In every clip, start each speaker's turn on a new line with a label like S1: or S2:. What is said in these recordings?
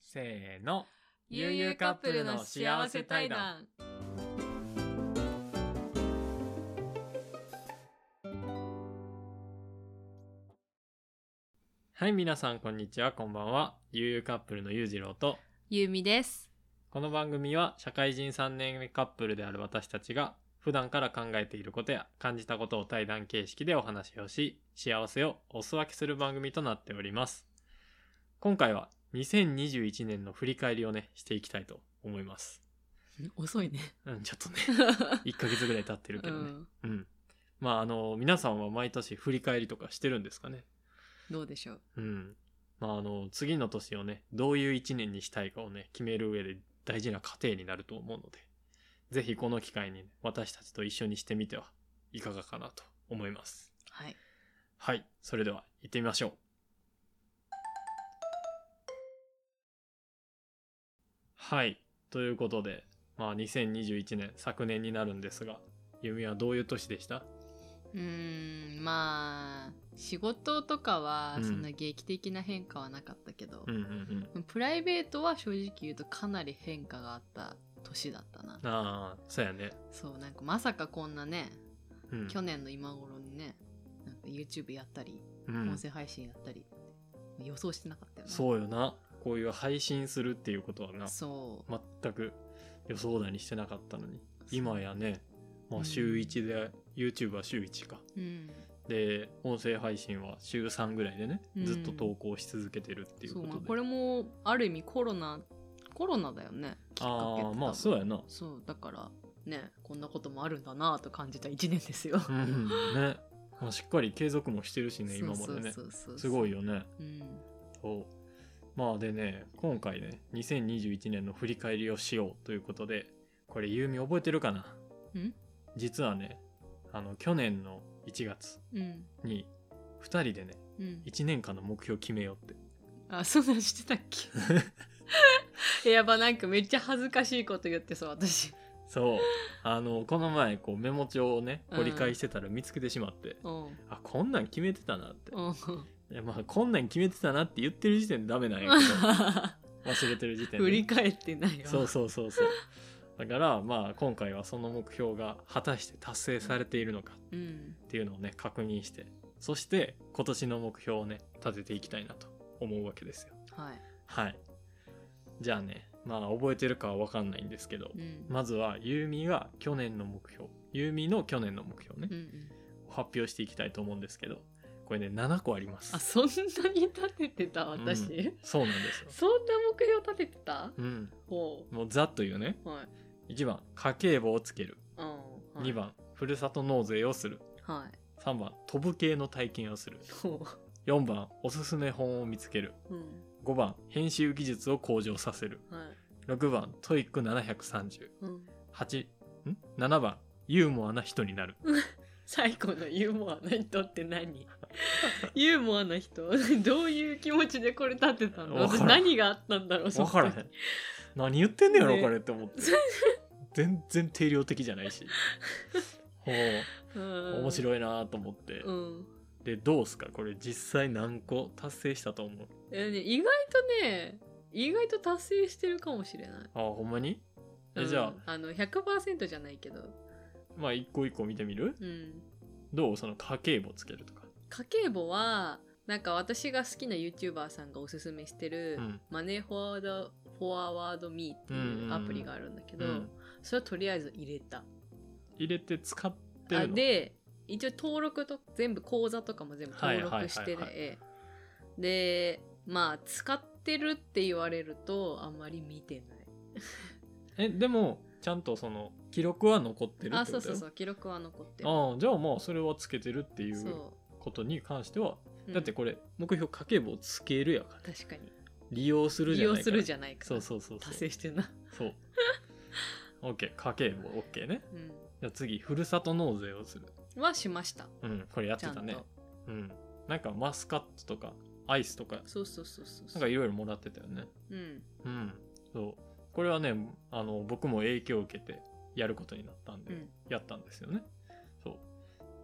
S1: せーの。
S2: 悠々カップルの幸せ対談。
S1: はい、皆さん、こんにちは、こんばんは。ゆうゆうカップルのゆうじろうと、
S2: ゆうみです。
S1: この番組は、社会人3年目カップルである私たちが、普段から考えていることや感じたことを対談形式でお話をし、幸せをお裾分けする番組となっております。今回は、2021年の振り返りをね、していきたいと思います。
S2: 遅 いね。
S1: うん、ちょっとね、1ヶ 月ぐらい経ってるけ
S2: う
S1: どね。
S2: ん。
S1: うん。まああの、皆さんは毎年振り返りとかしてるんですかね。
S2: どうでしょう。
S1: うん。まああの、次の年をね、どういう一年にしたいかをね、決める上で大事な過程になると思うので、ぜひこの機会にね、私たちと一緒にしてみてはいかがかなと思います。
S2: はい。
S1: はい。それでは行ってみましょう。はい。ということで、まあ2021年、昨年になるんですが、弓はどういう年でした
S2: うーん、まあ、仕事とかは
S1: う、ん
S2: そんな劇的な変化はなかったけど
S1: うん、うんうん。
S2: プライベートは正直言うとかなり変化があった年だったな。
S1: ああそうやね、
S2: そう、なんかまさかこんなね、
S1: うん、
S2: 去年の今頃にね、なんか YouTube やったり、
S1: うん
S2: 音声配信やったり、予想してなかったよね。
S1: そうよなこういう配信するっていうことはな
S2: そう。
S1: 全く予想だにしてなかったのに今やね、まあ、週1で、YouTube は週1か
S2: うん。
S1: で音声配信は週3ぐらいでね、
S2: うん
S1: ずっと投稿し続けてるっていう
S2: そ
S1: こ
S2: う、まあ
S1: とで
S2: これもある意味コロナコロナだよねきっかけって
S1: あ
S2: 多
S1: あ
S2: 分
S1: まあそうやな
S2: そうだからねこんなこともあるんだなぁと感じた一年ですよ、
S1: うんね、まあ、しっかり継続もしてる しね今までね
S2: そうそうそうそう
S1: すごい
S2: よ、
S1: よね
S2: うん、
S1: そうまあでね今回ね2021年の振り返りをしようということでこれゆうみ覚えてるかな
S2: うん
S1: 実はねあの去年の1月
S2: うん
S1: に2人でね
S2: うん
S1: 1年間の目標決めようって
S2: あそんなんしてたっ けやばなんかめっちゃ恥ずかしいこと言ってそう私
S1: そうあのこの前こうメモ帳をね掘り返してたら見つけてしまって、
S2: うんうん
S1: あこんなん決めてたなって、
S2: うん
S1: いやまあこんなん決めてたなって言ってる時点でダメなんや けど忘れてる時点で
S2: 振り返ってないわ
S1: そうそうそうそう。だからまあ今回はその目標が果たして達成されているのか
S2: う、ん、
S1: っていうのをね確認してそして今年の目標をね立てていきたいなと思うわけですよ。
S2: はい、
S1: はい。じゃあねまあ覚えてるかは分かんないんですけど
S2: うん
S1: まずはユーミが去年の目標ユーミの去年の目標ね
S2: うんうん、
S1: 発表していきたいと思うんですけどこれね7個ありま
S2: あ
S1: す。
S2: そんなに立ててた私、
S1: うんそうなんですよ。
S2: そんな目標立ててた
S1: うん。
S2: ほ
S1: もうざっと言うね
S2: うはい
S1: 1番家計簿をつける
S2: うんはい
S1: 2番ふるさと納税をする
S2: はい
S1: 3番飛ぶ系の体験をする
S2: ほ
S1: 4番おすすめ本を見つける
S2: ううん
S1: 5番編集技術を向上させる
S2: はい
S1: 6番トイック738
S2: うん
S1: ん7番ユーモアな人になる
S2: 最後のユーモアの人って何ユーモアな人 どういう気持ちでこれ立てたの
S1: わからん
S2: 私何があったんだろう
S1: 分からへ
S2: その
S1: ん何言ってんねやろ
S2: ね
S1: これって思って全然定量的じゃないしほう
S2: 時うん
S1: 面白いなと思って、
S2: うん
S1: でどうすかこれ実際何個達成したと思う
S2: えね意外とね意外と達成してるかもしれない
S1: あほんまにえ
S2: うん
S1: じゃあ
S2: あの100%じゃないけど
S1: まあ一個一個見てみる
S2: うん
S1: どうその家計簿つけるとか
S2: 家計簿はなんか私が好きな YouTuber さんがおすすめしてる、
S1: うん
S2: マネーフォワードフォアワードミーっていうアプリがあるんだけど、
S1: うん
S2: それはとりあえず入れた
S1: 入れて使って
S2: あ
S1: るの
S2: で一応登録と全部口座とかも全部登録して
S1: はいはい
S2: てでまあ使ってるって言われるとあんまり見てない
S1: えでもちゃんとその記録は残ってるってこと
S2: あそうそうそうう記録は残ってる
S1: ああじゃあまあそれはつけてるっていう
S2: そ
S1: ことに関しては
S2: う、うん
S1: だってこれ目標家計簿をつけるやから
S2: 確かに
S1: 利用する
S2: 利
S1: じゃ
S2: 用
S1: ない
S2: す
S1: から
S2: るじゃないから
S1: そうそうそうそう
S2: 達成してんな、
S1: そう OK 家計簿 OK ね
S2: う
S1: じゃあ次ふるさと納税をする
S2: ん、はしました
S1: うんこれやっ
S2: ち
S1: て
S2: ゃん
S1: た
S2: と、
S1: ねうんなんかマスカットとかアイスとか
S2: そうそうそうそう
S1: なんかいろいろもらってたよね
S2: うん
S1: うんそうこれはねあの僕も影響を受けてやることになったんで、
S2: うん
S1: やったんですよねそ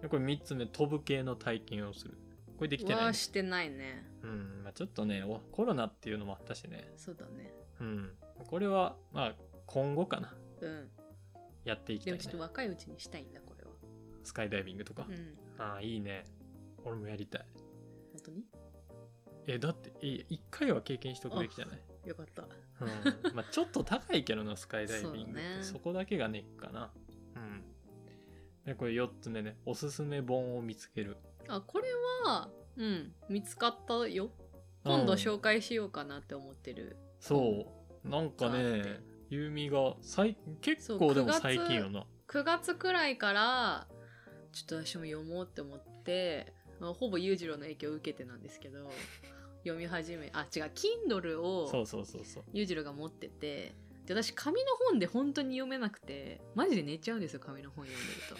S1: うでこれ3つ目飛ぶ系の体験をするこれできてない
S2: は
S1: ね
S2: してないね
S1: うんまあ、ちょっとねおコロナっていうのもあったしね
S2: そうだね
S1: うんこれはまあ今後かな
S2: うん
S1: やっていきた
S2: で
S1: い、
S2: も
S1: ね
S2: ちょっ、と若いうちにしたいんだこれは
S1: スカイダイビングとか、
S2: うん
S1: ああいいね俺もやりたい
S2: 本当に
S1: えだってい一回は経験しとくべきじゃない
S2: よかった
S1: うんまあ、ちょっと高いけどなスカイダイビングってそ,、
S2: そうだね
S1: こだけがネックかなうんでこれ4つ目ねおすすめ本を見つける
S2: あこれはうん見つかったよ今度紹介しようかなって思ってる、
S1: そうなんか
S2: だって
S1: ねゆうみが最結
S2: そ
S1: 構
S2: う
S1: でも
S2: 9月
S1: 最近よな
S2: 9月くらいからちょっと私も読もうって思って、まあほぼ裕次郎の影響を受けてなんですけど読み始めあ違う Kindle
S1: そ
S2: を
S1: うそうそうそう
S2: 裕次郎が持っててで私紙の本で本当に読めなくてマジで寝ちゃうんですよ紙の本読んで ると。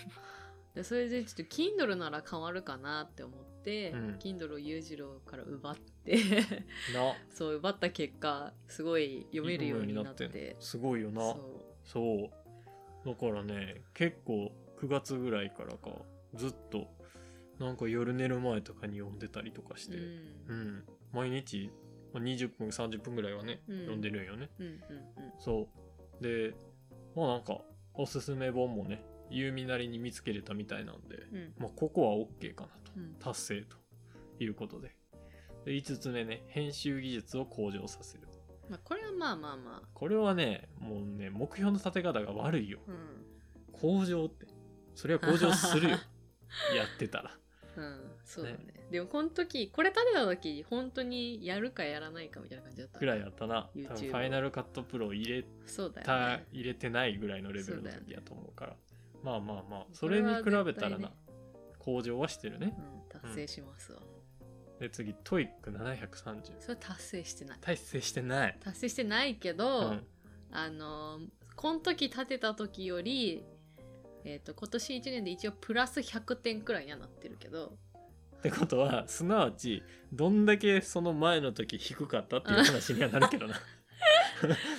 S2: でそれでちょっと Kindle なら変わるかなって思って、
S1: うん
S2: Kindle を裕次郎から奪って
S1: な
S2: そう奪った結果すごい読めるようになって
S1: 読むようすごいよな
S2: そう
S1: そうだからね結構9月ぐらいからかずっとなんか夜寝る前とかに読んでたりとかして、
S2: う
S1: うんん、毎日まあ20分30分ぐらいはね、
S2: うん
S1: 読んでるんよね
S2: うんうん
S1: そうでまあなんかおすすめ本もねユーミなりに見つけれたみたいなんで、
S2: うん
S1: まあ、ここは OK かなと
S2: うん
S1: 達成ということでで5つ目ね編集技術を向上させる
S2: まあ、これはまあまあまあ
S1: これはねもうね目標の立て方が悪いよ
S2: うん、
S1: 向上ってそれは向上す るよやってたら
S2: うん、そうだねでもこの時これ立てた時本当にやるかやらないかみたいな感じだった
S1: ぐらいやったな
S2: YouTube
S1: 多分ファイナルカットプロ入れ
S2: そうだよ
S1: た
S2: ね
S1: 入れてないぐらいのレベルの
S2: そうだ
S1: 時
S2: よ
S1: やと思うからまあまあまあそれに比べたらな、
S2: これは絶対ね
S1: 向上はしてるね
S2: うん達成しますわ、
S1: で次トイック730
S2: それは達成してない
S1: 達成してない
S2: 達成してないけ
S1: う
S2: ど、
S1: ん
S2: あのーこの時立てた時よりえっ、と今年1年で一応プラス100点くらいにはなってるけど
S1: ってことはすなわちどんだけその前の時低かったっていう話にはなるけど な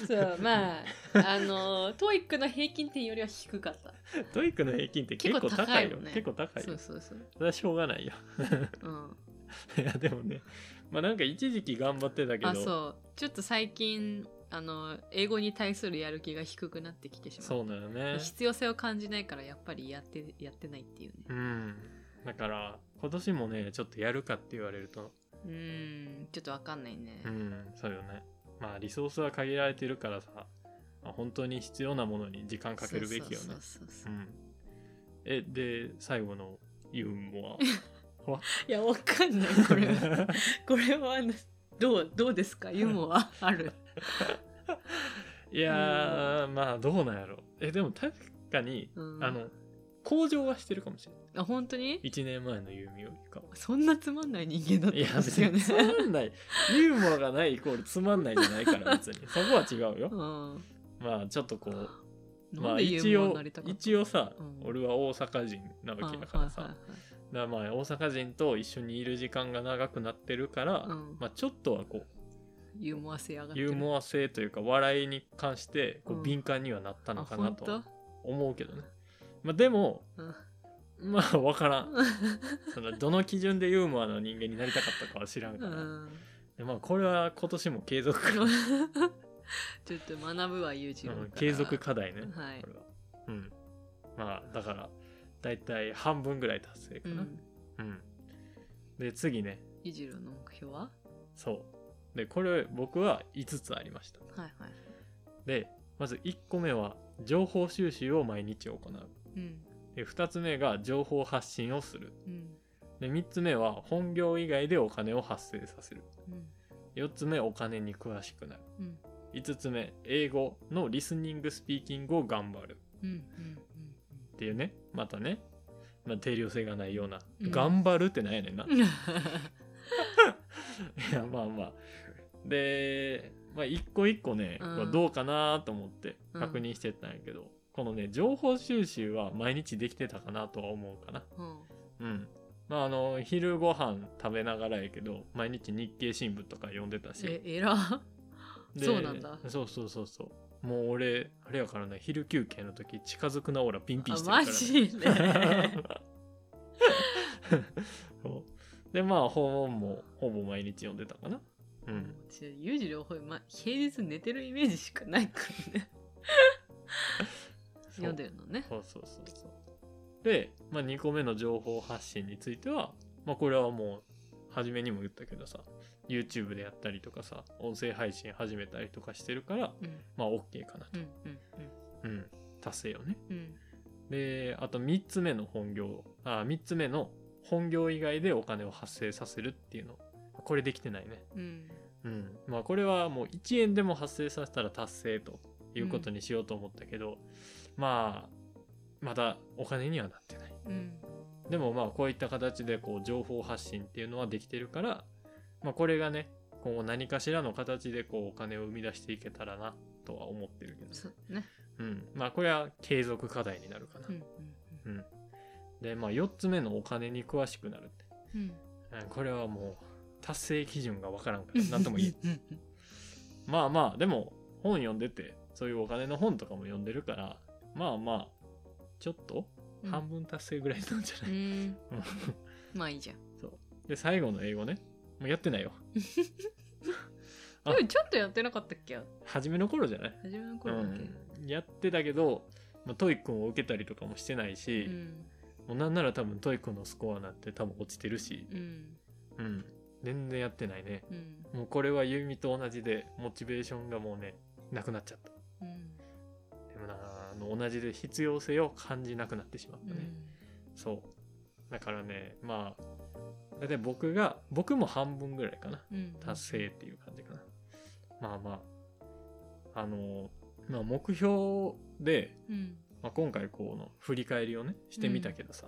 S2: そう まああのトイックの平均点よりは低かった
S1: トイックの平均って結構
S2: 結構
S1: 高
S2: 高
S1: い
S2: い
S1: よ
S2: よね
S1: 結構高い
S2: そ
S1: よ
S2: うそうそう
S1: それはしょうがないよ
S2: うん
S1: いやでもねまあなんか一時期頑張ってたけど
S2: あそうちょっと最近あの英語に対するやる気が低くなってきてしま
S1: そううなのね
S2: 必要性を感じないからやっぱりやってやってないっていう
S1: う
S2: ね
S1: んだから今年もねちょっとやるかって言われると
S2: うーんちょっとわかんないね
S1: うんそうよねまあリソースは限られてるからさ、まあ本当に必要なものに時間かけるべきよね
S2: そうそうそうそう
S1: うんえで最後のユーモ
S2: いやわかんない こ れは
S1: ア
S2: これはなどうどうですかユーモアある
S1: いやーまあどうなんやろえでも確かに、
S2: うん
S1: あの向上はしてるかもしれない
S2: あ本当に
S1: 1年前のユーミよ りかは
S2: そんなつまんない人間だ
S1: いや
S2: ったんで
S1: 別
S2: すよ
S1: に
S2: ね
S1: つまんないユーモアがないイコールつまんないじゃないから別にそこは違うよ
S2: うん
S1: まあちょっとこう
S2: な
S1: ま
S2: ん
S1: あ
S2: で
S1: 一
S2: ユーモアに
S1: 応
S2: なりたかった
S1: 一応さ、
S2: うん
S1: 俺は大阪人なわけだからさ、
S2: あはい
S1: だからまあ大阪人と一緒にいる時間が長くなってるから、
S2: うん
S1: まあちょっとはこう
S2: はいはいユーモア性上がってる
S1: ユーモア性というか笑いに関してこ
S2: う
S1: うん敏感にはなったのかな
S2: あ
S1: と
S2: 本
S1: 思うけどね、まあでも
S2: 当うん
S1: まあ分からんそのどの基準でユーモアの人間になりたかったかは知らんから、
S2: うん
S1: でまあこれは今年も継 続
S2: ちょっと学ぶは裕次郎か
S1: う
S2: ら
S1: ん継続課題ね、
S2: はい
S1: これはうんまあだからだいたい半分ぐらい達成か
S2: う
S1: な、
S2: ん
S1: うん、で次ね
S2: 裕次郎の目標は
S1: そうでこれ僕は5つありました
S2: はいはい
S1: でまず1個目は情報収集を毎日行う
S2: うん
S1: で2つ目が情報発信をする
S2: うん
S1: で3つ目は本業以外でお金を発生させる
S2: うん
S1: 4つ目お金に詳しくなる
S2: うん
S1: 5つ目英語のリスニングスピーキングを頑張る
S2: うんうん
S1: っていうねまたね、まあ、定量性がないような「
S2: うん
S1: 頑張る」ってなんやねんな、
S2: うんうん
S1: いやまあまあで、まあ、一個一個ね、
S2: うん
S1: これどうかなと思って
S2: うん
S1: 確認してったんやけど、このね情報収集は毎日できてたかなとは思うかな
S2: うん
S1: うんまああの昼ご飯食べながらやけど毎日日経新聞とか読んでたし
S2: ええら
S1: で
S2: そうなんだ
S1: そうそうそうそうもう俺あれやからね昼休憩の時近づくなオーラピンピン
S2: あ
S1: してるから、
S2: マジで
S1: そうでまあ本もほぼ毎日読んでたかなうん
S2: 私裕次郎ほい、ま、平日寝てるイメージしかないからね読んでるのね
S1: そうそうそうそうで、まあ、2個目の情報発信については、まあ、これはもう初めにも言ったけどさ YouTube でやったりとかさ音声配信始めたりとかしてるから
S2: うん
S1: まあ OK かな
S2: う
S1: と、
S2: んうん
S1: うん、達成よね
S2: うんうん
S1: であと3つ目の本業あ3つ目の本業以外でお金を発生させるっていうのこれできてないね
S2: うん
S1: うんまあこれはもう1円でも発生させたら達成ということにしようと思ったけど、まあまだお金にはなってない
S2: うん
S1: でもまあこういった形でこう情報発信っていうのはできてるから、まあ、これがね今後何かしらの形でこうお金を生み出していけたらなとは思ってるけど、
S2: そうね
S1: うん、まあこれは継続課題になるかな、
S2: うんうん
S1: でまあ4つ目のお金に詳しくなるって、
S2: うんうん
S1: うんこれはもう達成基準がわからんから何とも言えんまあまあでも本読んでてそういうお金の本とかも読んでるからまあまあちょっと
S2: うん
S1: 半分達成ぐらいなんじゃ
S2: う
S1: ない、
S2: ん
S1: うん
S2: まあいいじゃん
S1: で最後の英語ねもうやってないよあ
S2: でもちょっとやってなかったっけ
S1: 初めの頃じゃない、
S2: 初めの
S1: う
S2: 頃だっけ
S1: ん、やってたけど、まあ、トイックを受けたりとかもしてないし
S2: う、ん
S1: もうなんなら多分トイックのスコアなんて多分落ちてるし、
S2: うん
S1: うん、全然やってないね
S2: うん
S1: もうこれはユミと同じでモチベーションがもうねなくなっちゃった
S2: うん
S1: でもなあの同じで必要性を感じなくなってしまっ
S2: う
S1: たね、
S2: ん
S1: そうだからねまあ大体僕が僕も半分ぐらいかな
S2: うん
S1: 達成っていう感じかな。まあまあ、あの、まあ、目標で、
S2: うん
S1: まあ、今回この振り返りをねしてみたけどさ、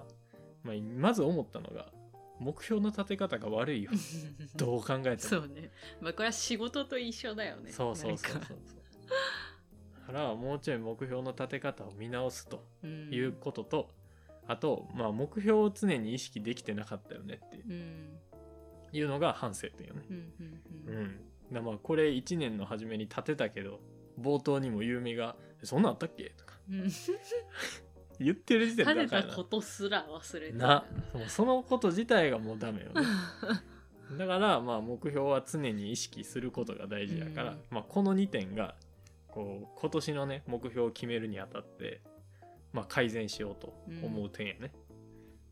S1: まあ、まず思ったのが目標の立て方が悪いよどう考えて
S2: そ
S1: も
S2: うねまあこれは仕事と一緒だよね
S1: そうそうそうそう
S2: なんか
S1: だからもうちょい目標の立て方を見直すと
S2: うん
S1: いうことと、あと、まあ、目標を常に意識できてなかったよねって
S2: うん
S1: いうのが反省点よね。
S2: うんうん
S1: う
S2: うん
S1: ん、だまあこれ1年の初めに立てたけど冒頭にもゆうみが「えそんなんあったっけ?」とか
S2: うん
S1: 言ってる時 点で
S2: 食
S1: ダ
S2: べ
S1: メだ
S2: た
S1: な
S2: ことすら忘れて
S1: なもうそのこと自体がもうダメよ ねだからまあ目標は常に意識することが大事だから、
S2: うん
S1: まあ、この2点がこう今年のね目標を決めるにあたって、まあ、改善しようと思う点やね、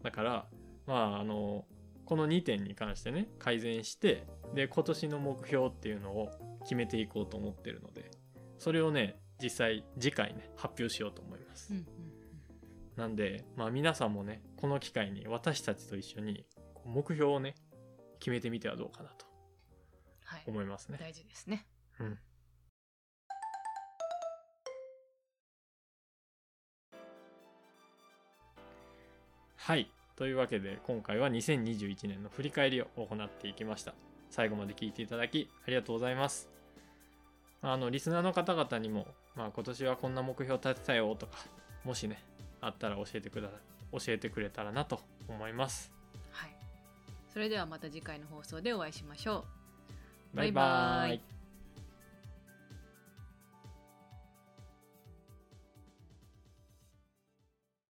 S1: だからまああのこの2点に関してね改善してで今年の目標っていうのを決めていこうと思ってるのでそれをね実際次回ね発表しようと思います、
S2: うん
S1: なんで、まあ、皆さんもねこの機会に私たちと一緒にこう目標をね決めてみてはどうかなと
S2: はい
S1: 思いますね。
S2: 大事ですね
S1: うんはいというわけで今回は2021年の振り返りを行っていきました。最後まで聞いていただきありがとうございます。あのリスナーの方々にも、まあ、今年はこんな目標立てたよとかもしねあったら教えてくだ教えてくれたらなと思います。
S2: はいそれではまた次回の放送でお会いしましょう
S1: バイバ
S2: バイ
S1: ー
S2: バー
S1: イ
S2: イ